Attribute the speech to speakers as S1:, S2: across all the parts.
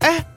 S1: 哎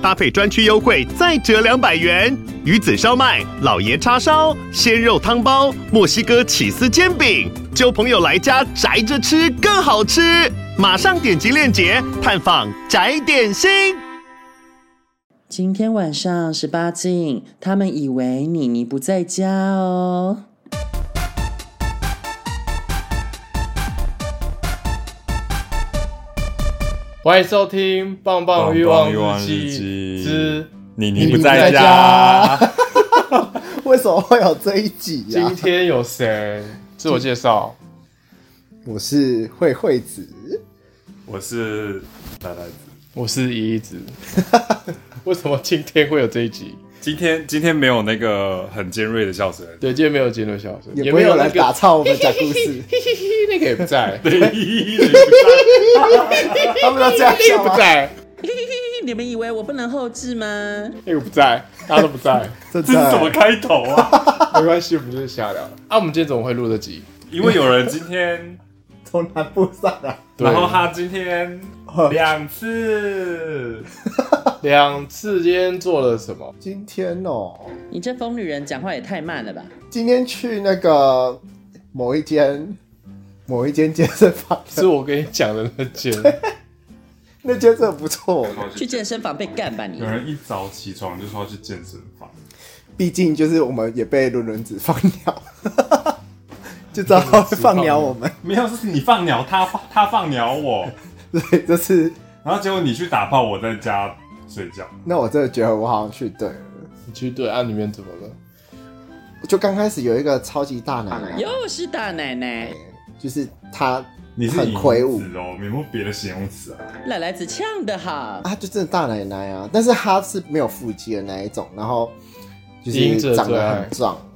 S1: 搭配专区优惠再折两百元。鱼子烧麦、老爷叉烧、鲜肉汤包、墨西哥起司煎饼，就朋友来家宅着吃更好吃。马上点击链接探访宅点心。
S2: 今天晚上十八禁，他们以为妮妮不在家哦。
S3: 欢迎收听《棒棒欲望日记》之
S4: 妮妮不在家。
S5: 为什么会有这一集呀、
S3: 今天有谁？自我介绍，
S5: 我是慧慧子，
S4: 我是呆呆子。
S3: 我是依依子。 为什么今天会有这一集？
S4: 今天今天没有那个很尖锐的笑声，
S3: 对，今天没有进入小声，
S5: 也
S3: 也
S5: 不会
S3: 没有
S5: 有
S3: 那
S5: 人
S3: 个
S5: 打岔我们讲故 事，
S3: 嘿嘿嘿，那个也不在，
S4: 对，你不在
S5: 他们都这样
S3: 那个
S5: 笑啊
S3: 不
S5: 吗？
S3: 在，
S2: 你们以为我不能后置吗？
S3: 那个不在，大家都不在，
S5: 真
S4: 这是什么
S5: 的，
S4: 开头啊？
S3: 没关系，我们就是瞎聊。啊，我们今天怎么会录这集？
S4: 因为有人今天，
S5: 从南部上来，
S3: 对
S4: 然后他今天两次，
S3: 两次今天做了什么？
S5: 今天哦，
S2: 你这疯女人讲话也太慢了吧！
S5: 今天去那个某一间某一间健身房，
S3: 是我跟你讲的那件，
S5: 那间真的不错，哦
S2: 去健身房被干吧 你
S4: 有！人一早起床就说要去健身房，
S5: 毕竟就是我们也被轮轮子放鸟， 就知道他会放鸟我们，
S4: 没有是你放鸟，他他放鸟我，
S5: 对，这次
S4: 然后结果你去打炮，我在家睡觉。
S5: 那我真的觉得我好像去对了，
S3: 你去对啊岸里面怎么了？
S5: 就刚开始有一个超级大奶
S3: 啊
S5: 奶，
S2: 又是大奶奶，
S5: 就是她
S4: 你是
S5: 很魁梧
S4: 影子哦，你有没有别的形容词啊？
S2: 奶奶子呛得好，
S5: 啊，就真的大奶奶啊，但是她是没有腹肌的那一种，然后就
S3: 赢者啊
S5: 是长
S3: 最
S5: 得
S3: 爱
S5: 很壮，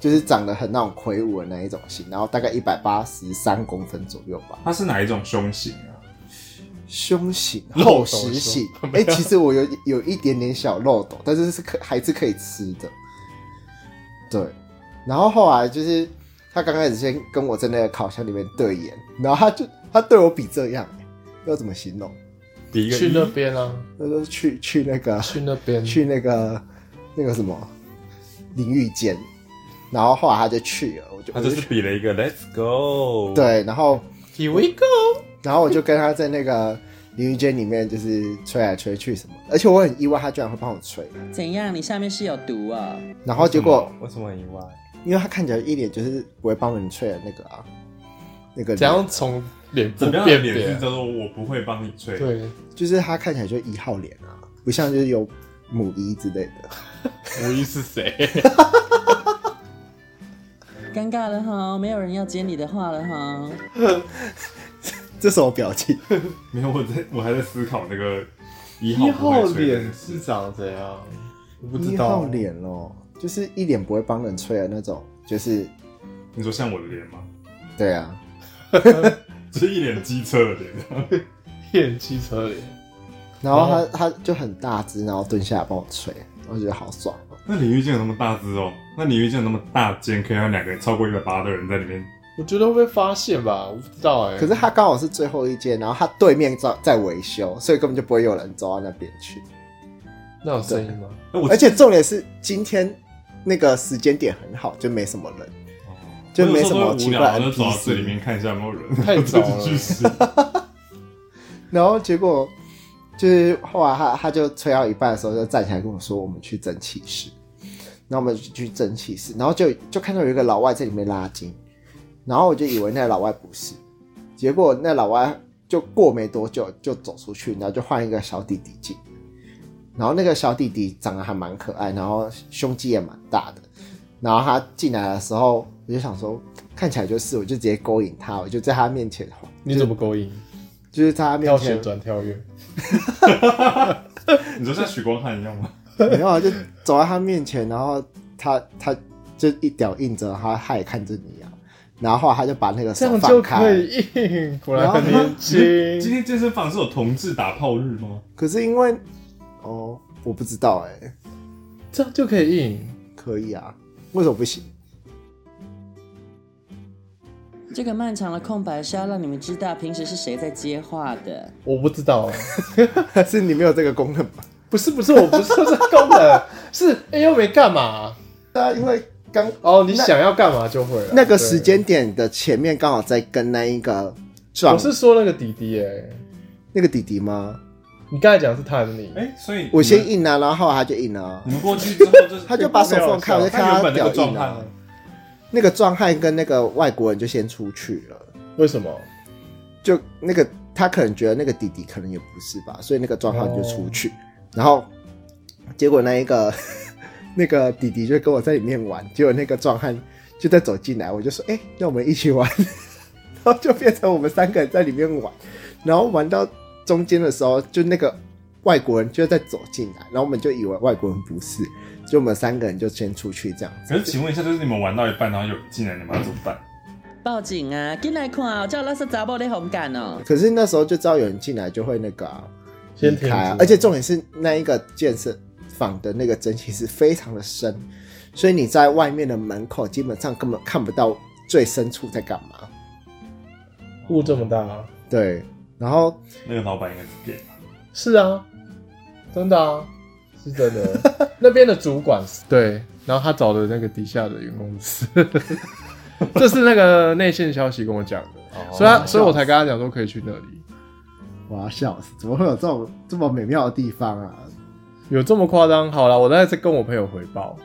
S5: 就是长得很那种魁梧的那一种型，然后大概一百八十三公分左右吧，
S4: 他是哪一种胸型啊？
S5: 胸型、
S3: 漏斗
S5: 厚实型
S3: 胸。
S5: 哎、其实我有有一点点小漏斗，但是是可还是可以吃的。对，然后后来就是他刚开始先跟我在那个烤箱里面对眼，然后他就他对我比这样、要怎么形容？
S4: 比一个
S3: 去那
S4: 一
S3: 边啊，
S5: 他说去去那个
S3: 去那边，
S5: 去那个那个什么淋浴间，然后后来他就去了，我就
S4: 他就是比了一个 Let's go，，
S5: 对，然后
S3: Here we go。
S5: 然后我就跟他在那个淋浴间里面就是吹来吹去什么的，而且我很意外他居然会帮我吹，
S2: 怎样？你下面是有毒哦？
S5: 然后结果
S4: 为什么很意外？
S5: 因为他看起来一脸就是不会帮人吹的那个啊，那个
S3: 怎
S5: 脸
S3: 样从脸部
S4: 怎么样的
S3: 辨
S4: 脸
S3: 别
S4: 是
S3: 啊？
S4: 叫做我不会帮你吹？，
S3: 对，
S5: 就是他看起来就一号脸啊，不像就是有母一之类的，
S3: 无一是谁？
S2: 尴尬了哈，没有人要接你的话了哈。
S5: 这什么表情？
S4: 没有，我在我还在思考那个一
S3: 一
S4: 号不
S3: 号
S4: 会吹的
S3: 脸是长怎样？我不知
S5: 一
S3: 道
S5: 号。脸哦，就是一脸不会帮人吹的那种，就是
S4: 你说像我的脸吗？
S5: 对啊。
S4: 就是一脸机车的脸，
S3: 骗汽车脸，
S5: 然后他他就很大只，然后蹲下来帮我吹，我觉得好爽哦。
S4: 那淋浴间有那么大只哦？那淋浴间有那么大间，可以让两个人超过一百八的人在里面？
S3: 我觉得会被发现吧？我不知道哎、
S5: 可是他刚好是最后一间，然后他对面在在维修，所以根本就不会有人走到那边去。
S3: 那有声音吗？
S4: 哎那我
S5: 而且重点是今天那个时间点很好，就没什么人，就没什
S4: 哦我有时
S5: 么
S4: 候都会无
S5: 奇
S4: 聊，
S5: 怪
S4: 然
S5: 的
S4: 后就走到这里
S5: NPC。
S4: 面看一下有没有人，
S3: 太早了
S4: 我就去洗
S5: 然后结果就是后来他他就吹到一半的时候，就站起来跟我说：“我们去蒸汽室。”然后我们就去蒸汽室，然后就就看到有一个老外在里面拉筋，然后我就以为那个老外不是，结果那老外就过没多久就走出去，然后就换一个小弟弟进，然后那个小弟弟长得还蛮可爱，然后胸肌也蛮大的，然后他进来的时候，我就想说看起来就是，我就直接勾引他，我就在他面前，
S3: 你怎么勾引？
S5: 就是在他面
S3: 跳
S5: 前
S3: 旋转跳跃，
S4: 你说像许光汉一样吗？
S5: 没有啊，就走到他面前，然后他他就一屌硬着，他他也看着你啊，然后后来他就把那个
S3: 这
S5: 手
S3: 样
S5: 放
S3: 就
S5: 开
S3: 可。以硬，果然
S5: 然后
S3: 很年
S4: 今今
S3: 轻。
S4: 天健身房是有同志打炮日吗？
S5: 可是因为哦，我不知道哎、
S3: 这样就可以硬，
S5: 可以啊，为什么不行？
S2: 这个漫长的空白是要让你们知道平时是谁在接话的。
S3: 我不知 道。
S5: 是你没有这个功能吧？
S3: 不是不是，我不是说这功能， 是 A U 没干嘛。
S5: 对啊，因为刚
S3: 哦，你想要干嘛就会了。
S5: 那
S3: 对
S5: 个时，间点的前面刚好在跟那一个撞
S3: 我是说那个弟弟哎、
S5: 那个弟弟吗？
S3: 你刚才讲是他还是你？
S4: 哎、所以
S5: 我先
S4: 一，
S5: 硬啊，然后后来他就硬啊
S4: 你，们过去之后就是
S5: 他就把手放开，我就看
S4: 他原本那
S5: 屌
S4: 个状
S5: 硬
S4: 态
S5: 啊
S4: 呢。。
S5: 那个壮汉跟那个外国人就先出去了，
S3: 为什
S5: 哦
S3: 么？
S5: 就那个他可能觉得那个弟弟可能也不是吧，所以那个壮汉就出去，然后结果那一个 那个弟弟就跟我在里面玩，结果那个壮汉就在走进来，我就说：“哎、让我们一起玩。” 然后就变成我们三个人在里面玩，然后玩到中间的时候，就那个外国人就在走进来，然后我们就以为外国人不是，就我们三个人就先出去这样子。
S4: 可是请问一下，就是你们玩到一半，然后有人进来，你们要怎么办？
S2: 报警啊！进来看啊！叫垃圾杂包在红干哦。
S5: 可是那时候就知道有人进来就会那个啊、
S3: 先
S5: 离
S3: 停止
S5: 开啊，而且重点是那一个健身房的那个蒸汽是非常的深，所以你在外面的门口基本上根本看不到最深处在干嘛。
S3: 雾这么大，
S5: 对，然后
S4: 那个老板应该是变 了，
S3: 是啊，真的啊，是真 的。那边的主管是对，然后他找的那个底下的员工 是，这是那个内线消息跟我讲的，所以他所以我才跟他讲说可以去那里。
S5: 我要笑死，怎么会有这种这么美妙的地方啊？
S3: 有这么夸张？好了，我再次跟我朋友回报，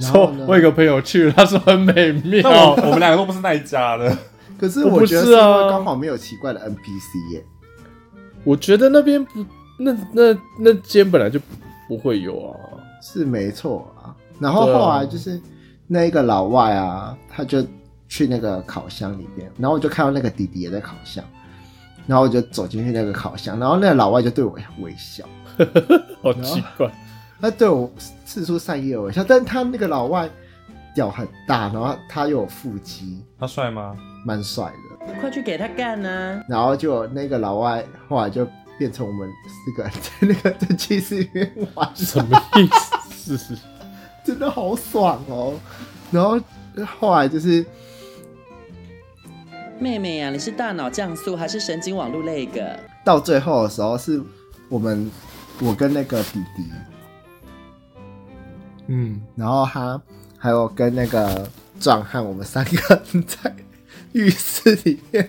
S5: 然后
S3: 说
S5: 呢
S3: 我有个朋友去，他说很美
S4: 那
S3: 妙。
S4: 我我们两个都不是那一 家的，
S5: 可是
S3: 我不
S5: 我觉得是
S3: 是
S5: 因
S3: 啊
S5: 为刚好没有奇怪的 NPC 耶、
S3: 我觉得那边不，那那那间本来就不会有啊。
S5: 是没错啊。然后后来就是那一个老外啊，他就去那个烤箱里边，然后我就看到那个弟弟也在烤箱，然后我就走进去那个烤箱，然后那个老外就对我微笑，
S3: 好奇怪，
S5: 他对我四出善意的微笑，但是他那个老外屌很大，然后他又有腹肌，
S4: 他帅吗？
S5: 蛮帅的。
S2: 快去给他干啊！
S5: 然后就那个老外后来就变成我们四个人在那个 蒸汽室里面玩，
S3: 什么意思？
S5: 真的好爽哦。然后后来就是。
S2: 妹妹啊，你是大脑降速还是神经网络那个？
S5: 到最后的时候，是我们我跟那个弟弟，
S3: 嗯，
S5: 然后他还有跟那个壮汉，我们三个 在浴室里面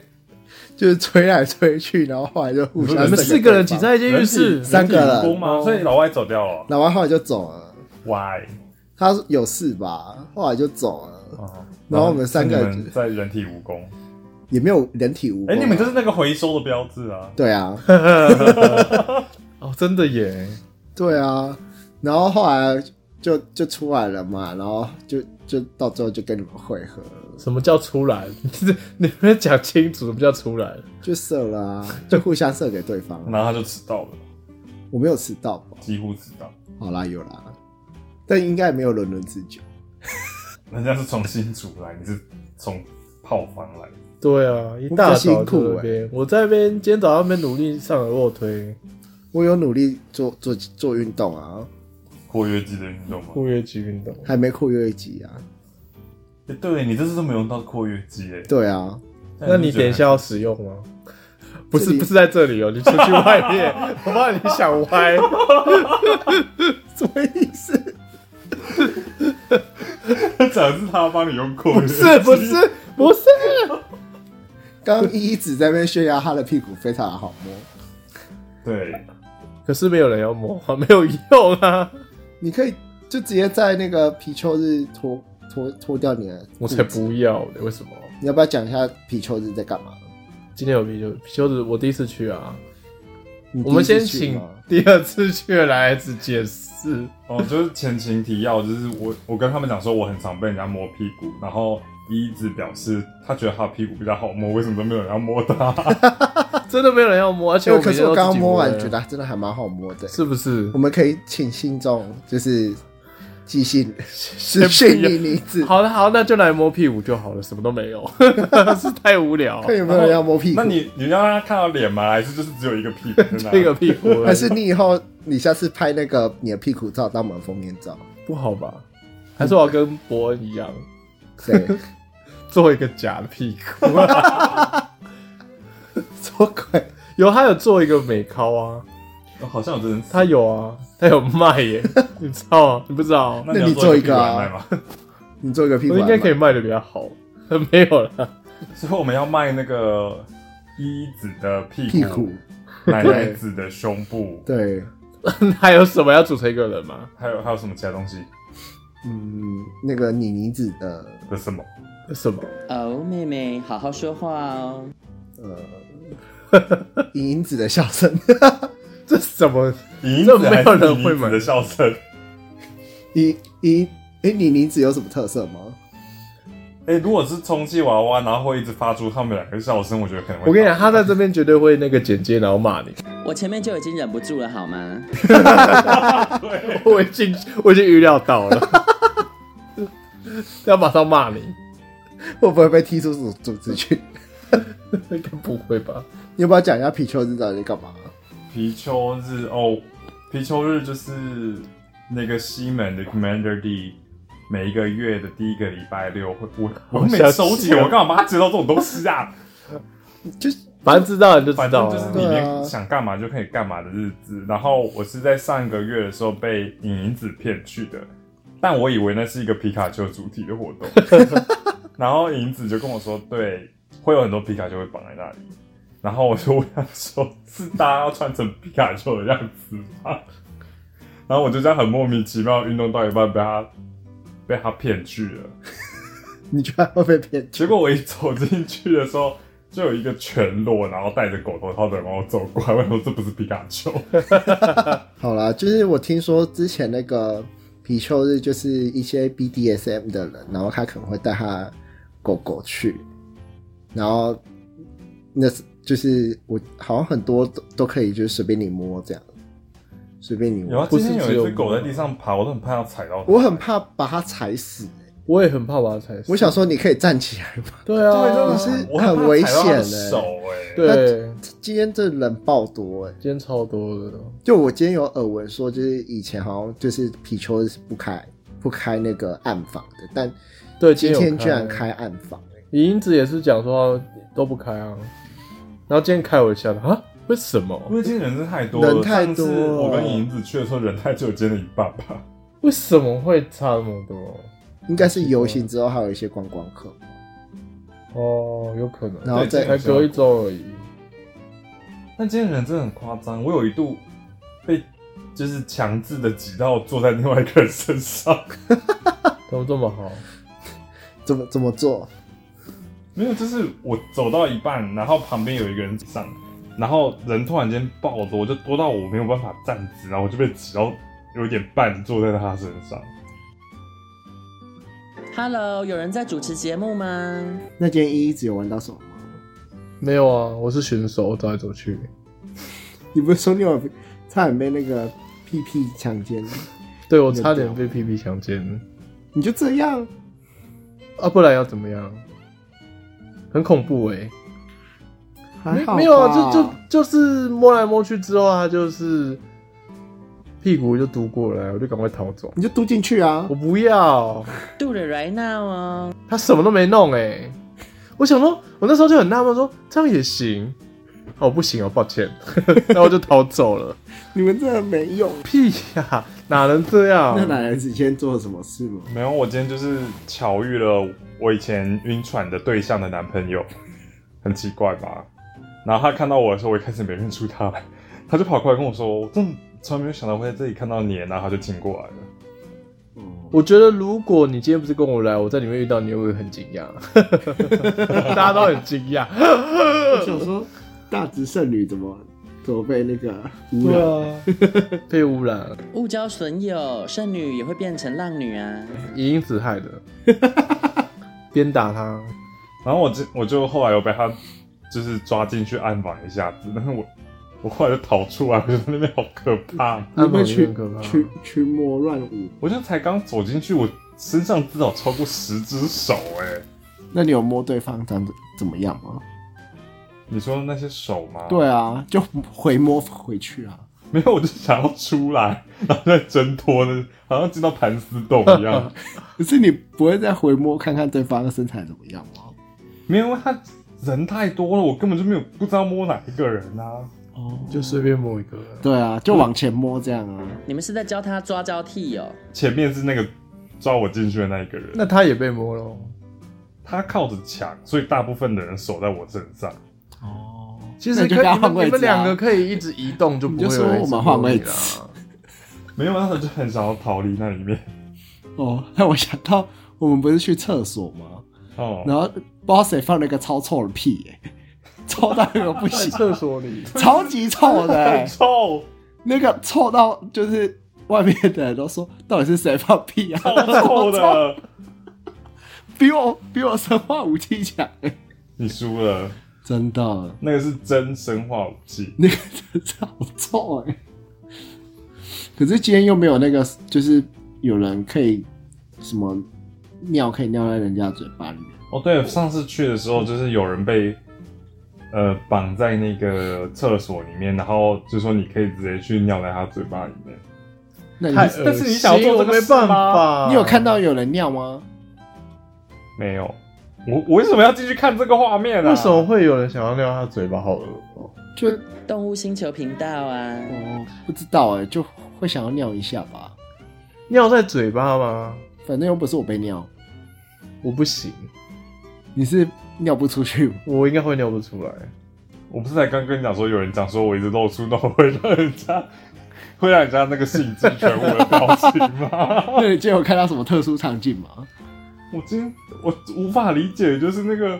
S5: 就是吹来吹去，然后后来就互相
S4: 你
S3: 你们
S5: 射
S3: 四
S5: 对
S3: 个人
S5: 方
S3: 挤，在一间浴室，
S5: 三个人
S4: 人工吗？所以老外走掉了
S5: 然后后来就走了。
S4: ，why？
S5: 他说有事吧，后来就走了，
S4: 哦
S5: 然后我们三个
S4: 是你们在人体蜈蚣，
S5: 也没有人体蜈蚣啊。
S4: 哎，你们就是那个回收的标志啊。
S5: 对啊，
S3: 哦，真的耶，
S5: 对啊，然后后来就就出来了嘛，然后就就到最后就跟你们会合了。
S3: 什么叫出来？ 你们讲清楚什么叫出来？
S5: 就射了啊，就互相射给对方啊、
S4: 然后他就迟到了，
S5: 我没有迟到吧？
S4: 几乎迟到。
S5: 好啦，有啦，但应该也没有轮轮之久。
S4: 人家是从新竹来，你是从炮房来，
S3: 对啊，一大早
S5: 我比较辛
S3: 就在
S5: 苦欸
S3: 那边，我在那边今天早上那边努力上了卧推、
S5: 我有努力做做做运动啊，
S4: 括约肌的运动吗？
S3: 括约肌运动，
S5: 还没括约肌啊。
S4: 哎对你这次都没用到括约肌哎。
S5: 对啊，
S3: 那你等一 下要使用吗？不是
S5: 这里
S3: 不是在这里 哦、你出去外面，我怕你想歪。
S5: 什么意思？
S4: 你觉得，讲的是他帮你用括约 肌，
S3: 是不是不是？
S5: 刚刚一一直在那边炫耀他的屁股非常的好摸，
S4: 对，
S3: 可是没有人要摸啊，没有用啊！
S5: 你可以就直接在那个皮丘日脱脱脱掉你的。
S3: 我才！不要呢，为什么？
S5: 你要不要讲一下皮丘日在干嘛？
S3: 今天有啤酒，啤酒是我第一次去啊。
S5: 你第
S3: 我
S5: 一
S3: 们
S5: 次
S3: 先
S5: 去
S3: 请
S5: 吗
S3: 第二次去的来子解释。
S4: 哦，就是前情提要，就是我我跟他们讲说，我很常被人家摸屁股，然后一直表示他觉得他的屁股比较好摸，为什么都没有人要摸他？
S3: 真的没有人要摸，而且
S5: 因
S3: 我
S5: 为可
S3: 每
S5: 是
S3: 天都
S5: 我刚
S3: 自
S5: 刚
S3: 己
S5: 摸完，
S3: 的
S5: 觉得真的还蛮好摸的。
S3: 是不是
S5: 我？们可以请信众就是寄信私信你名字，
S3: 好了好，那就来摸屁股就好了，什么都没 有，是太无聊。啊
S5: 看有没有人要摸屁股
S4: 那。你你让他看到脸吗？还是就是只有一个屁股在那？
S3: 这个屁股而已
S5: 还是你以后你下次拍那个你的屁股照当我们封面照？
S3: 不好吧？还是我要跟伯恩一样
S5: 对，
S3: 做一个假的屁股？
S5: 什么鬼？
S3: 有，他有做一个美尻啊，
S4: 哦好像有真人，
S3: 他有啊，他有卖 耶，你知道吗？你不知道啊？
S4: 那要
S5: 那你做一个啊
S4: 外卖吗？
S5: 你做一个屁股
S3: 我应该可以
S5: 按
S3: 卖的比较好，没有啦，
S4: 所以我们要卖那个一子的屁
S5: 摩屁股，
S4: 奶奶子的胸部，
S5: 对，
S3: 还有什么要组成一个人吗？
S4: 还有还有什么其他东西
S5: 嗯，那个妮妮子的
S4: 的什么？
S3: 什么？
S2: 哦，妹妹，好好说话哦。
S5: 莹莹子的笑声，
S3: 这什么？
S4: 银
S3: 这
S4: 子
S3: 没
S4: 还
S3: 有
S4: 是
S3: 人
S4: 银
S3: 会
S4: 子
S3: 买
S4: 的笑声？
S5: 莹莹，哎，妮妮子有什么特色吗？
S4: 哎、如果是充气娃娃，然后会一直发出他们两个笑声，我觉得可能会。
S3: 我跟你讲，，他在这边绝对会那个剪接，然后骂你。
S2: 我前面就已经忍不住了，好吗？
S3: 我已经我已经预料到了， 要马上骂你，
S5: 会不会被踢出组组织群？
S3: 应该不会吧？
S5: 你要不要讲一下皮丘日到底在干嘛？
S4: 皮丘日哦，皮丘日就是那个西门的 Commander D，每一个月的第一个礼拜六会我我
S3: 好
S4: 没
S3: 详
S4: 收集，
S3: 细哦
S4: 我干嘛帮他知道这种东西啊？
S5: 就是
S3: 反正知道你就知
S4: 反
S3: 道
S4: 正就
S3: 了。
S4: 是里
S5: 对啊
S4: 面想干嘛就可以干嘛的日子。然后我是在上个月的时候被影影子骗去的，但我以为那是一个皮卡丘主题的活 动。然后影子就跟我说，对，会有很多皮卡丘会绑在那里。然后我就问他说，是大家要穿成皮卡丘的样子吗？然后我就这样很莫名其妙运动到一半被他被他骗去了。
S5: 你居然会被骗去？
S4: 结果我一走进去的时候，就有一个全裸，然后戴着狗头套的人往我走过来，我想说这不是皮卡丘，
S5: 好啦，就是我听说之前那个皮丘日，就是一些 BDSM 的人，然后他可能会带他狗狗去，然后那是就是我好像很多都都可以，就是随便你摸这样，随便你
S4: 然后今
S5: 摸。
S4: 天
S3: 不是只有
S4: 有一只啊狗在地上爬，我都很怕要踩到它。
S5: 我很怕把它踩死、欸
S3: 我也很怕把它踩死。
S5: 我想说你可以站起来吗？
S3: 对
S4: 对，
S3: 啊，
S4: 就
S5: 你是
S4: 我很怕
S5: 很危
S4: 踩到它的
S5: 险欸
S4: 手哎、
S3: 对
S5: 今天这人爆多哎、
S3: 今天超多的都，
S5: 就我今天有耳闻说，就是以前好像就是皮丘是不开不开那个暗房的，但
S3: 对，
S5: 今
S3: 天
S5: 天
S3: 有
S5: 居然。开暗房、欸，
S3: 李英子也是讲说都不开啊，然后今天开我一下了啊，为什么？
S4: 因为今天人真太多了，
S5: 人太多
S4: 上次我跟银子去的时候，人太只有今天的一半吧。
S3: 为什么会差那么多？
S5: 应该是游行之后还有一些观光客，
S3: 哦，有可能，
S5: 然后再
S3: 才隔一周而已。
S4: 但今天人真的很夸张，我有一度被就是强制的挤到坐在另外一个人身上，
S3: 怎么这么好？
S5: 怎么怎么做？
S4: 没有，就是我走到一半，然后旁边有一个人挤上，然后人突然间爆多，就多到我没有办法站直，然后我就被挤到有点半坐在他身上。
S2: Hello，有人在主持节目吗？
S5: 那今天一一只有玩到手吗？
S3: 没有啊，我是选手，我走来走去。
S5: 你不是说你有差点被那个屁屁强奸？
S3: 对我差点被 PP 强奸
S5: 你就这样？
S3: 啊，不然要怎么样？很恐怖哎、
S5: 还好
S3: 没有啊，就
S5: 吧
S3: 就就是摸来摸去之后，他就是屁股就嘟过来，我就赶快逃走。
S5: 你就嘟进去啊
S3: 我！不要，
S2: Do it right now 哦。
S3: 他什么都没弄哎、我想说，我那时候就很纳闷，说这样也行。哦，不行哦，抱歉， 然后我就逃走了。
S5: 你们这没用。
S3: 屁呀、哪能这样？
S5: 那奶奶子今天做了什么事吗？
S4: 没有，我今天就是巧遇了我以前晕船的对象的男朋友，很奇怪吧？然后他看到我的时候，我一开始没认出他来，他就跑过来跟我说：“我真的从来没有想到会在这里看到你。”然后他就亲过来了。
S3: 我觉得如果你今天不是跟我来，我在里面遇到你，我会很惊讶， 大家都很惊讶。
S5: 我想说，大直剩女怎么怎么被那个污
S3: 对
S5: 染？
S3: 啊， 被污染，
S2: 误交损友，剩女也会变成浪女啊。
S3: 银子害的， 鞭打他。
S4: 然后我就我就后来有被他就是抓进去暗访一下子，但是我我后来就逃出来，我觉得那边好可怕。
S3: 安保
S5: 会
S3: 里面
S5: 去
S3: 很可怕
S5: 去去魔乱舞？
S4: 我就才刚走进去，我身上至少超过十只手哎、
S5: 那你有摸对方长得怎么样吗？
S4: 你说那些手吗？，
S5: 对啊，就回摸回去啊。
S4: 没有，我就想要出来，然后在挣脱的，好像进到盘丝洞一样。
S5: 可是你不会再回摸看看对方的身材怎么样吗？
S4: 没有，因为他人太多了，我根本就没有不知道摸哪一个人啊。
S5: 哦，
S3: 就随便摸一个。
S5: 对啊，就往前摸这样啊。
S2: 你们是在教他抓交替哦？
S4: 前面是那个抓我进去的那一个人，
S3: 那他也被摸了。
S4: 他靠着墙，所以大部分的人守在我身上。
S5: 哦，
S3: 其实
S5: 那
S3: 可
S5: 就
S3: 以，
S5: 不要
S3: 你
S5: 换
S3: 们
S5: 位
S3: 你
S5: 置啊
S3: 们两个可以一直移动，就不会有人
S5: 你就说我们换位
S3: 一直
S5: 置
S3: 摸你啦。
S4: 没有，那时候就很想要逃离那里面。
S5: 哦，让我想到我们不是去厕所吗？
S4: 哦，
S5: 然后不知道谁放了一个超臭的屁、耶， 臭到那个不
S3: 在
S5: 行，
S3: 厕所里，
S5: 超级臭 的、
S4: 很
S5: 欸，
S4: 臭，
S5: 那个臭到就是外面的人都说到底是谁放屁啊？
S4: 超臭的。
S5: 比我比我生化武器强、欸，
S4: 你输了，
S5: 真的，
S4: 那个是真生化武器。
S5: 那个 真的好臭哎、可是今天又没有那个，就是有人可以什么尿可以尿在人家嘴巴里面。
S4: 哦，对，上次去的时候就是有人被呃绑在那个厕所里面，然后就说你可以直接去尿在他嘴巴里面。
S5: 那
S3: 太恶
S5: 你
S3: 心
S4: 但是你想要做
S3: 我
S4: 这个
S3: 没
S4: 事吗
S3: 办法。
S5: 你有看到有人尿吗？
S4: 没有，我我为什么要继续看这个画面啊？
S3: 为什么？会有人想要撩他嘴巴？好恶哦、
S5: 就
S2: 动物星球频道啊，
S5: 哦，不知道哎、就会想要尿一下吧。
S3: 尿在嘴巴吗？
S5: 反正又不是我被尿，
S3: 我不行，
S5: 你是尿不出去。
S3: 我应该会尿不出来。
S4: 我不是才刚跟你讲说，有人讲说我一直露出那种会让人家 会让人家那个兴致全无的表情吗？
S5: 那你今天有看到什么特殊场景吗？
S4: 我今天我无法理解，就是那个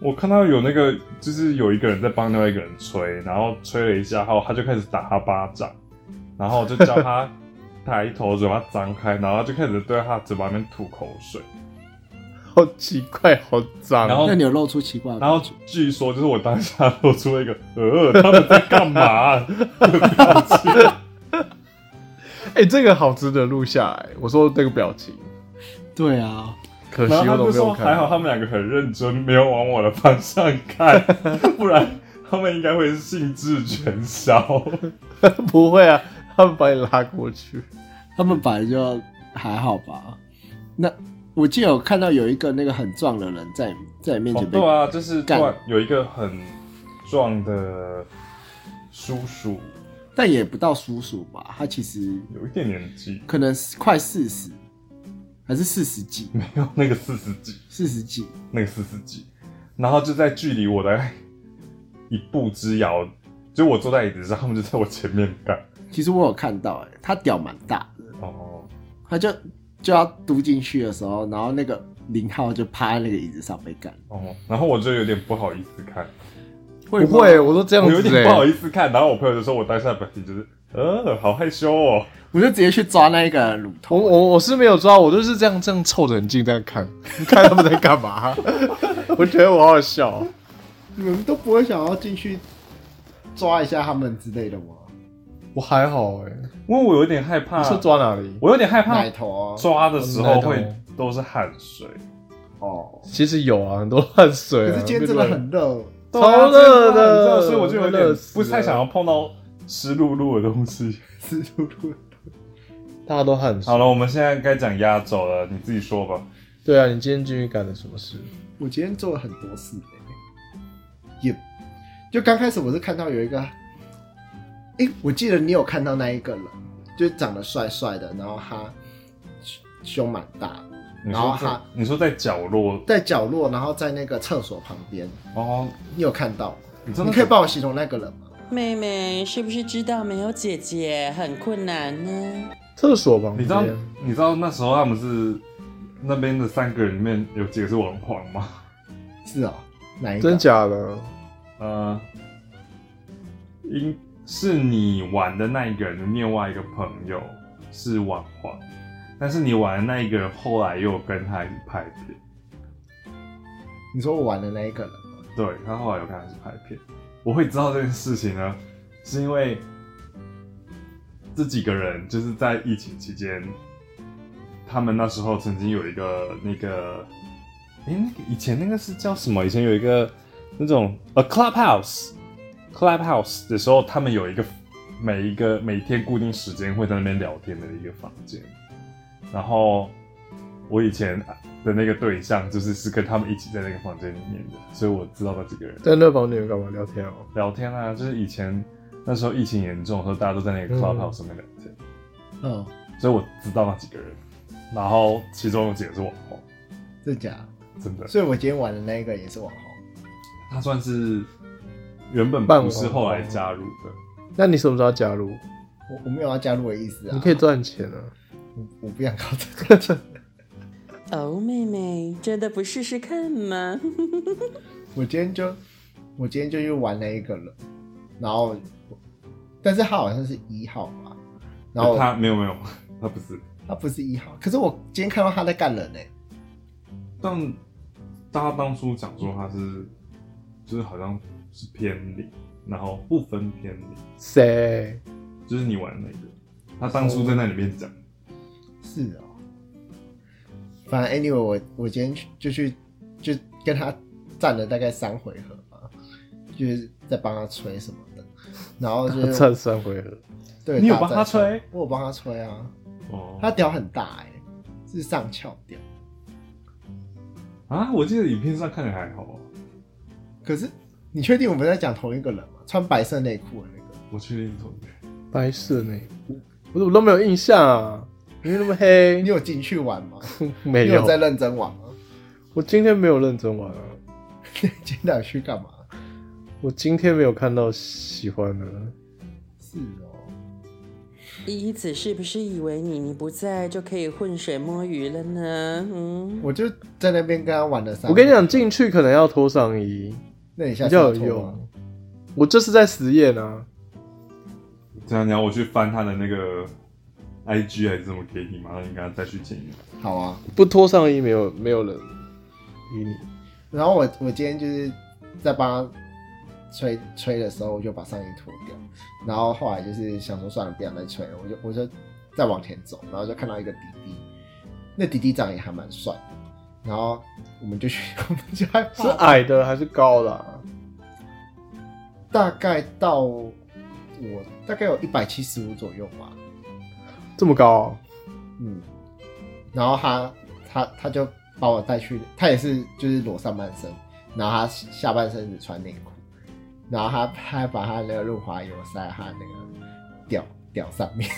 S4: 我看到有那个就是有一个人在帮另外一个人吹，然后吹了一下后，他就开始打他巴掌，然后我就叫他抬头，嘴巴张开，然后他就开始对他嘴巴里面吐口水。
S3: 好奇怪，好脏。
S4: 然后
S5: 那你有露出奇怪的
S4: 然
S5: 表
S4: 后
S5: 情？
S4: 据说就是我当下露出了一个呃，他们在干嘛的表情。
S3: 哎、这个好值得录下来。我说这个表情，
S5: 对啊，
S3: 可惜
S4: 然后
S3: 我
S4: 他
S3: 都
S4: 就
S3: 没有
S4: 说
S3: 看。
S4: 还好他们两个很认真，没有往我的方向看，不然他们应该会兴致全消。
S3: 不会啊，他们把你拉过去。
S5: 他们本来就还好吧。那我记得有看到有一个那个很壮的人在在你面
S4: 哦
S5: 前被、
S4: 对啊，就是突然
S5: 干
S4: 有一个很壮的叔叔，
S5: 但也不到叔叔吧，他其实
S4: 有一点年纪，
S5: 可能是快四十，还是四十几，
S4: 没有那个四十几，
S5: 四十几。
S4: 那个四十几，然后就在距离我的一步之遥，就我坐在椅子上，他们就在我前面干。
S5: 其实我有看到、哎，他屌蛮大的，
S4: 哦，
S5: 他就就要嘟进去的时候，然后那个零号就趴在那个椅子上被干。
S4: 哦，然后我就有点不好意思看，
S5: 会
S3: 不会，我都这样
S4: 我有
S3: 子、
S4: 点
S3: 欸。
S4: 不好意思看，然后我朋友就说我当下的表情就是，呃，好害羞哦。
S5: 我就直接去抓那一个乳头。
S3: 我我我是没有抓，我就是这样这样凑得很近在看， 看他们在干嘛。 我觉得我好好笑哦、
S5: 你们都不会想要进去抓一下他们之类的吗？
S3: 我还好哎、
S4: 因为我有点害怕
S3: 你，是抓哪里？
S4: 我有点害怕
S5: 奶头啊
S4: 抓的时候
S3: 奶
S4: 会都是汗水，
S5: 哦，
S3: 其实有啊，很多汗水、
S5: 可
S3: 啊。
S5: 是今天真的很热，
S4: 对啊
S3: 超热的
S4: 真很热所以我就有
S3: 会热
S4: 点
S3: 死
S4: 不太
S3: 了
S4: 想要碰到湿漉漉的东西。
S5: 湿漉漉。
S3: 大家都汗
S4: 好
S3: 水。
S4: 了，我们现在该讲压轴了，你自己说吧。
S3: 对啊，你今天进去干了什么事？
S5: 我今天做了很多事、欸，也就刚开始我是看到有一个，哎、我记得你有看到那一个人，就长得帅帅的，然后他胸胸蛮大的，
S4: 你
S5: 然后
S4: 说
S5: 他
S4: 在你说在角落
S5: 在角落，然后在那个厕所旁边，
S4: 哦，
S5: 你有看到？
S4: 你真
S5: 你
S4: 的
S5: 可以帮我形容那个人吗？
S2: 妹妹是不是知道没有姐姐很困难呢？
S3: 厕所旁
S4: 你
S3: 边
S4: 知。道你知道那时候他们是那边的三个人里面有几个是网黄吗？
S5: 是啊、哪一个？
S3: 真假的？
S4: 呃，应是你玩的那一个人的另外一个朋友是网黄，但是你玩的那一个人后来又有跟他一起拍片，
S5: 你说我玩的那一个人吗？
S4: 对他后来有跟他一起拍片，我会知道这件事情呢，是因为这几个人就是在疫情期间，他们那时候曾经有一个那个，诶，那个以前那个是叫什么？以前有一个那种呃 clubhouse，clubhouse 的时候，他们有一个每一个每天固定时间会在那边聊天的一个房间，然后我以前的那个对象就是是跟他们一起在那个房间里面的，所以我知道那几个人。
S3: 在那房里面干嘛聊天哦？
S4: 聊天啊，就是以前那时候疫情严重的时候，大家都在那个
S3: 嗯
S4: clubhouse 上面聊天，
S5: 嗯，
S4: 所以我知道那几个人，然后其中有几个是网红，
S5: 真假？
S4: 真的，
S5: 所以我今天玩的那一个也是网红。
S4: 他算是原本
S3: 半网
S4: 不是后来加入的，
S3: 那你什么时候要加入？
S5: 我我没有要加入的意思啊，
S3: 你可以赚钱啊！
S5: 我，我不想搞这个，
S2: 哦，妹妹，真的不试试看吗？
S5: 我今天就我今天就去玩那一个了，然后，但是他好像是一号吧，然后
S4: 他没有没有，他不是，
S5: 他不是一号，可是我今天看到他在干人呢、
S4: 但大家当初讲说他是，就是好像是偏零，然后不分偏零，
S3: 谁？
S4: 就是你玩的那个，他当初在那里面讲，
S5: 是哦，反正 anyway，我我今天去就去就跟他站了大概三回合吧，就是在帮他吹什么的，然后 就是
S3: 唱三回合，
S5: 对，
S4: 你有
S5: 大
S4: 帮他
S5: 战
S4: 吹
S5: 我有帮他吹啊，
S4: 哦，
S5: 他屌很大哎、是上翘屌，
S4: 啊，我记得影片上看起来还好啊，
S5: 可是你确定我们在讲同一个人吗？穿白色内裤的那个，
S4: 我确定同一个。
S3: 白色呢？我怎么都没有印象啊？因为那么黑
S5: 你，有进去玩吗？
S3: 没
S5: 你
S3: 有
S5: 有。在认真玩吗？
S3: 我今天没有认真玩啊，
S5: 今天到底去干嘛？
S3: 我今天没有看到喜欢的。
S5: 是哦。
S2: 依子是不是以为你你不在就可以浑水摸鱼了呢？嗯，
S5: 我就在那边跟他玩了三。
S3: 我跟你讲，，进去可能要脱上衣，
S5: 那你下
S3: 比
S5: 次要
S3: 较有
S5: 脱吗
S3: 用。我这是在实验啊，
S4: 这样，你要我去翻他的那个 IG 还是什么给你吗？然后你跟他再去见一面。
S5: 好啊。
S3: 不脱上衣没有没有人理你。
S5: 然后我我今天就是在帮他吹吹的时候，我就把上衣脱掉。然后后来就是想说算了，不想再吹了，我就我就再往前走，然后就看到一个弟弟，那弟弟长得也还蛮帅的。然后我们就去， 我们就害
S3: 是
S5: 怕，
S3: 矮的还是高的、啊？
S5: 大概到我大概有一百七十五左右吧。
S3: 这么高、啊
S5: 嗯，然后他他他就把我带去，他也是就是裸上半身，然后他下半身只穿内裤，然后他他还把他那个润滑油塞在他那个屌屌上面，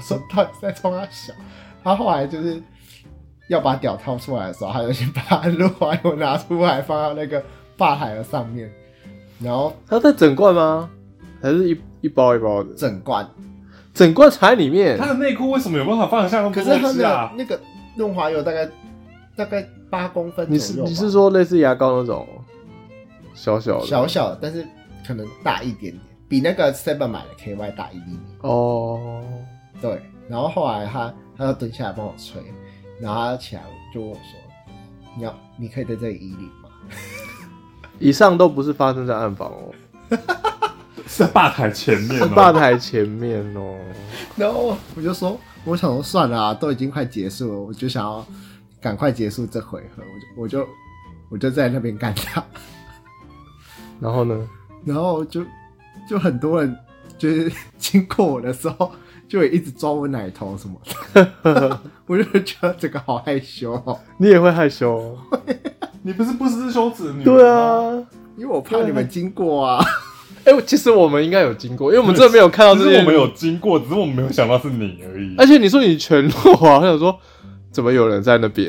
S5: 说到底在冲他小，他后来就是要把屌掏出来的时候，他就先把他润滑油拿出来放到那个吧台的上面，然后
S3: 它在整罐吗？还是一一包一包的？
S5: 整罐，
S3: 整罐藏在里面
S4: 他，的内裤为什么有办法放得下那么
S5: 可
S4: 多
S5: 是他
S4: 东西
S5: 的
S4: 啊？
S5: 那个润滑油大概大概八公分
S3: 你
S5: 左
S3: 是
S5: 右吧
S3: 你是说类似牙膏那种小小的
S5: 小小的，但是可能大一点点，比那个 Seven 买的 KY 大一厘米。
S3: 哦？
S5: 对，然后后来他他就蹲下来帮我吹，然后他起来就问我说：“你要你可以在这里依礼吗
S3: 以上都不是发生在暗房哦，
S4: 是吧台前面、
S3: 是
S4: 哦，
S3: 吧台前面哦。？”
S5: 然后我就说：“我想说算了、啊，都已经快结束了，我就想要赶快结束这回合，我就我就我就在那边干他。”
S3: 然后呢？
S5: 然后就就很多人就是经过我的时候，就也一直抓我奶头什么的， 我就觉得这个好害羞、哦，
S3: 你也会害羞哦？
S4: 嗯你不是不知羞耻的女人
S3: 对
S4: 吗，
S3: 啊，
S5: 因为我怕你们经过啊。
S3: 哎、我其实我们应该有经过，因为我们真的没有看到
S4: 只
S3: 这
S4: 是
S3: 些。
S4: 我们有，经过，只是我们没有想到是你而已。
S3: 而且你说你全裸啊，我 想说怎么有人在那边？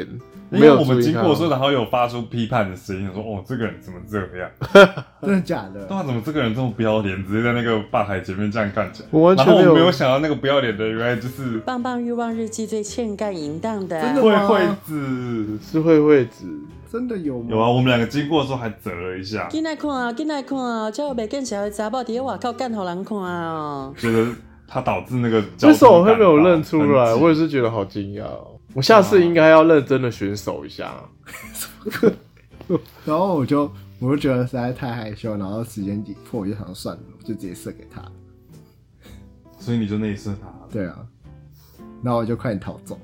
S3: 没
S4: 因为
S3: 有
S4: 我们
S3: 注意
S4: 经
S3: 看
S4: 过的
S3: 到
S4: 时候，然后有发出批判的声音，说：“哦，这个人怎么这样？
S5: 真的假
S4: 对
S5: 的？
S4: 啊，怎么这个人这么不要脸，直接在那个吧台前面这样干起来？”
S3: 我完全
S4: 然后
S3: 没有
S4: 我没有想到那个不要脸的，原来就是
S2: 棒棒欲望日记最欠干淫荡的，
S5: 真的
S4: 慧
S5: 吗
S4: 慧子。
S3: 是慧慧子。
S5: 真的有吗？
S4: 有啊，我们两个经过的时候还折了一下。
S2: 进来看啊，进来看啊，叫袂见小的查某伫咧外口干互人看 啊、哦！
S4: 觉得它导致那个交通
S3: 为什么我会没有
S4: 干扰
S3: 认出来？
S4: 分歧
S3: 我也是觉得好惊讶哦。我 下次应该要认真的选手一下。
S5: 然后我就我就觉得实在太害羞，然后时间紧迫，我就想说算了，我就直接射给他。
S4: 所以你就内射他了。
S5: 对啊，然后我就快点逃走。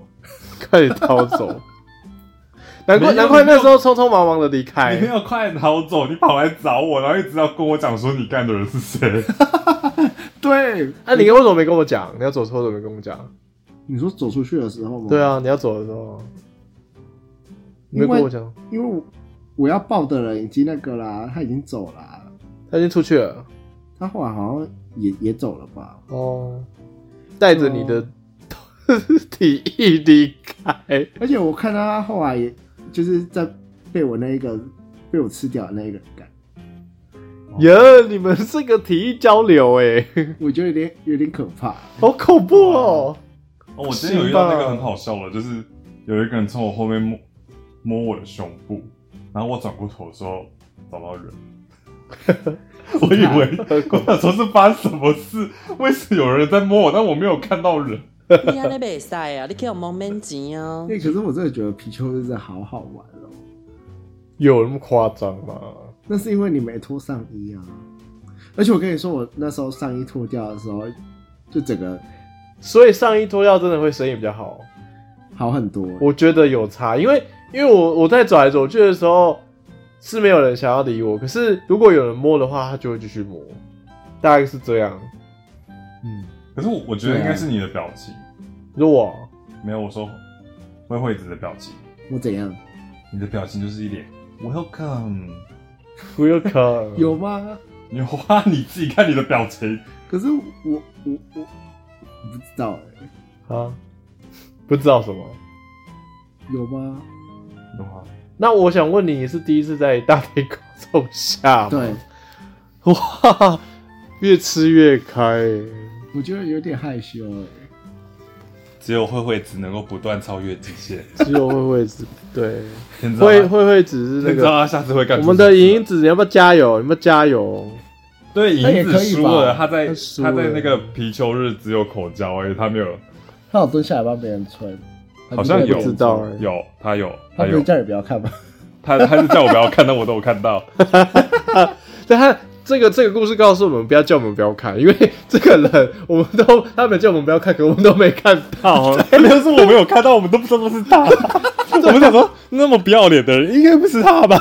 S3: 快点逃 走。难
S4: 没有
S3: 怪难怪那时候匆匆忙忙的离开
S4: 你没，有快点逃走，你跑来找我，然后一直要跟我讲说你干的人是谁。
S5: 对，
S3: 那、啊你为什么没跟我讲？你要走错怎么没跟我讲？
S5: 你说走出去的时候吗？
S3: 对，啊，你要走的时候，你没
S5: 因为
S3: 跟我讲，
S5: 因为我我要抱的人已经那个啦，他已经走啦，
S3: 他已经出去了
S5: 他后来好像也也走了吧？
S3: 哦，带着你的 提议离开，
S5: 而且我看到他后来也就是在被我那一个被我吃掉的那一个人干，
S3: 耶、你们是个提议交流哎，
S5: 我觉得有点有点可怕。
S3: 好恐怖哦！
S4: 哦，我今天有遇到那个很好笑的，就是有一个人从我后面摸摸我的胸部，然后我转过头的时候找到 人，我以为我想说是发生什么事，为什么有人在摸我，但我没有看到人。
S2: 你安尼袂使啊，你去有蒙面钱哦
S5: 哎、。可是我真的觉得皮丘真的好好玩哦。
S3: 有那么夸张吗？
S5: 那是因为你没脱上衣啊。而且我跟你说，我那时候上衣脱掉的时候，就整个
S3: 所以上衣脱掉真的会生意比较好。
S5: 好很多。
S3: 我觉得有差，因为因为我我在走来走去的时候是没有人想要理我，可是如果有人摸的话，他就会继续摸，大概是这样。
S5: 嗯，
S4: 可是我我觉得应该是你的表情，
S3: 你说我
S4: 没有我说慧慧子的表情，
S5: 我怎样？
S4: 你的表情就是一脸 welcome，
S3: 不要
S4: 嗯
S3: 看
S5: 有吗？
S4: 你花你自己看你的表情，
S5: 可是我我我我不知道哎、
S3: 啊？不知道什么？
S5: 有吗？
S4: 有吗？
S3: 那我想问你，你是第一次在大庭广众下吗？
S5: 对，
S3: 哇， 越吃越开欸，
S5: 我觉得有点害羞哎、
S4: 只有慧慧子能够不断超越极 限，
S3: 只有慧慧子对，
S4: 天知道
S3: 慧
S4: 吗
S3: 慧慧只是那
S4: 你知道啊
S3: 个
S4: 他下次会干
S3: 我
S4: 出
S3: 们
S4: 什么
S3: 的
S4: 事吗
S3: 银子，你要不要加油？你要不要加油？
S4: 对，
S5: 那也
S4: 银
S5: 可
S4: 子
S5: 以
S4: 输
S5: 吧
S4: 了，啊他在
S3: 他
S4: 他
S3: 输了
S4: 在那个皮球日只有口交而已，他没有，
S5: 他有蹲下来帮别人吹，
S4: 好像有
S3: 不知道哎、
S4: 有他有他
S5: 他不是
S4: 有
S5: 叫你不要看吗？
S4: 他他是叫我不要看，但我都有看 到，
S3: 但他这个这个故事告诉我们，不要叫我们不要看，因为这个人我们都他们叫我们不要看，可我们都没看到。
S4: 要是哎我没有看 到，我们都不知道是他。我们想说，那么不要脸的人应该不是他 吧？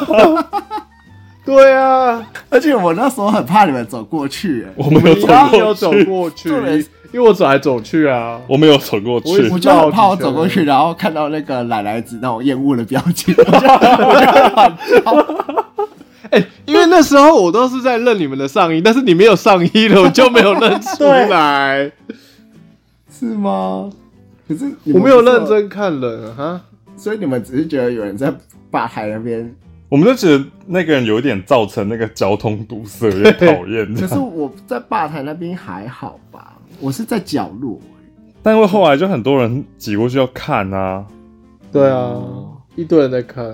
S3: 对啊，
S5: 而且我那时候很怕你们走过去、欸，
S4: 我们有走
S3: 他没有
S4: 过
S3: 走
S4: 去，
S3: 过去
S5: 重点是，
S3: 啊因为我走来走去啊。
S4: 我们有走过
S3: 我也
S4: 去
S3: 是
S5: 我，就很怕我走过去，然后看到那个奶奶子那种厌恶的表情， 我就我就很
S3: 哎、因为那时候我都是在认你们的上衣，但是你没有上衣了，我就没有认出 来，
S5: 是吗？可是你
S3: 我
S5: 们
S3: 没有
S5: 不是
S3: 认真看人啊哈。
S5: 所以你们只是觉得有人在吧台那 边，
S4: 我们就觉得那个人有点造成那个交通堵塞，有 点讨厌。
S5: 可是我在吧台那边还好吧，我是在角落、
S4: 但因为后来就很多人挤过去要看啊，
S3: 对啊，一堆人在看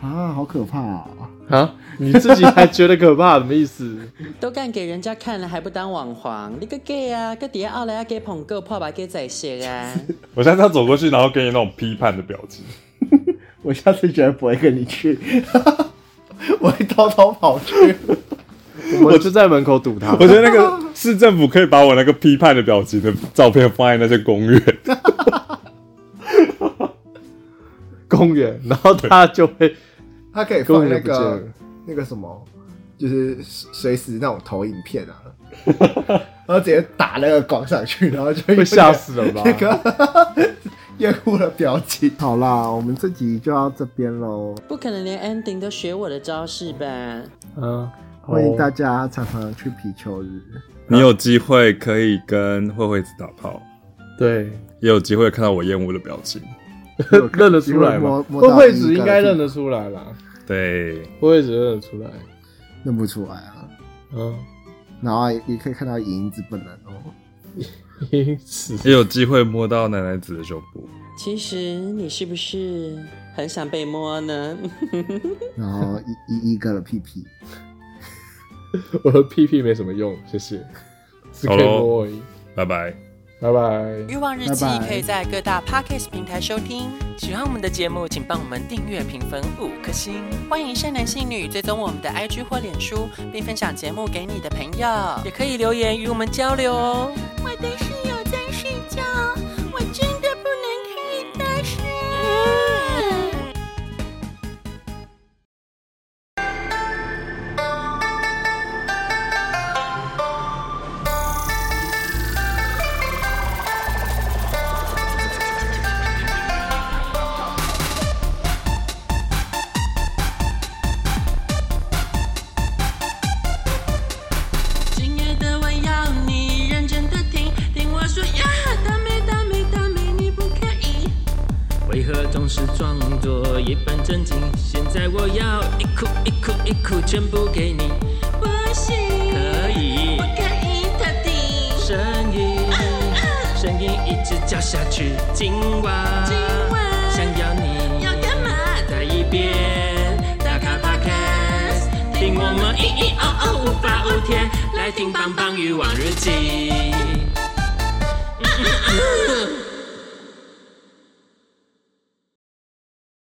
S5: 啊，好可怕、啊！
S3: 啊，你自己还觉得可怕，什么意思？
S2: 都干给人家看了，还不当网黄？你个 gay 啊，个底下奥莱啊给捧够破吧给宰些 啊！
S4: 我现在要走过去，然后给你那种批判的表情。
S5: 我下次绝对不会跟你去， 我会偷偷跑去。
S3: 我就在门口堵他
S4: 我。觉得那个市政府可以把我那个批判的表情的照片放在那些公园，
S3: 公园，然后他就会
S5: 他可以
S3: 根本
S5: 放
S3: 就
S5: 那
S3: 不见
S5: 个
S3: 了。
S5: 那个什么，就是随时那种投影片 啊，然后直接打那个光上去，然后就
S3: 会吓死人吧
S5: 那个 厌恶的表情。好啦，我们这集就到这边喽。
S2: 不可能连 ending 都学我的招式吧？
S3: 嗯，
S5: 欢迎大
S3: 家。
S5: 家常常去皮球日，
S4: 你有机会可以跟慧慧子打炮，
S3: 对，
S4: 也有机会看到我厌恶的表情。
S3: 认得出来吗？慧慧子应该认
S5: 得，
S3: 得出来啦，
S4: 对，
S3: 慧慧子认得出来。
S5: 认不出来啊。
S3: 嗯，
S5: 然后也可以看到银子本人哦。
S3: 因此
S4: 也有机会摸到奶奶子的胸部。
S2: 其实你是不是很想被摸呢？
S5: 然后一一一个的屁屁，
S3: 我的屁屁没什么用，谢谢，只可以
S4: 好咯
S3: 摸而已。
S4: 拜拜。
S3: 拜拜拜。
S6: 欲望日记
S7: 拜拜
S6: 可以在各大 podcast 平台收听。喜欢我们的节目，请帮我们订阅、评分五颗星。欢迎善男信女追踪我们的 IG 或脸书，并分享节目给你的朋友，也可以留言与我们交流哦。
S8: 我的室友在睡觉，我真的不能开大声。
S6: 嗯
S8: 今夜的我要你认真的听，听我说呀，大美大美大美，你不可以。
S9: 为何总是装作一本正经？现在我要一哭一哭一哭全部给你，
S8: 不行，
S9: 可以
S8: 不可以他停。
S9: 声音，声音一直叫下去，今晚，
S8: 今晚
S9: 想要你，
S8: 要干嘛？
S9: 再一遍，打开 Podcast，听我们一一哦哦无法无天，来听棒棒与往日记。嗯嗯嗯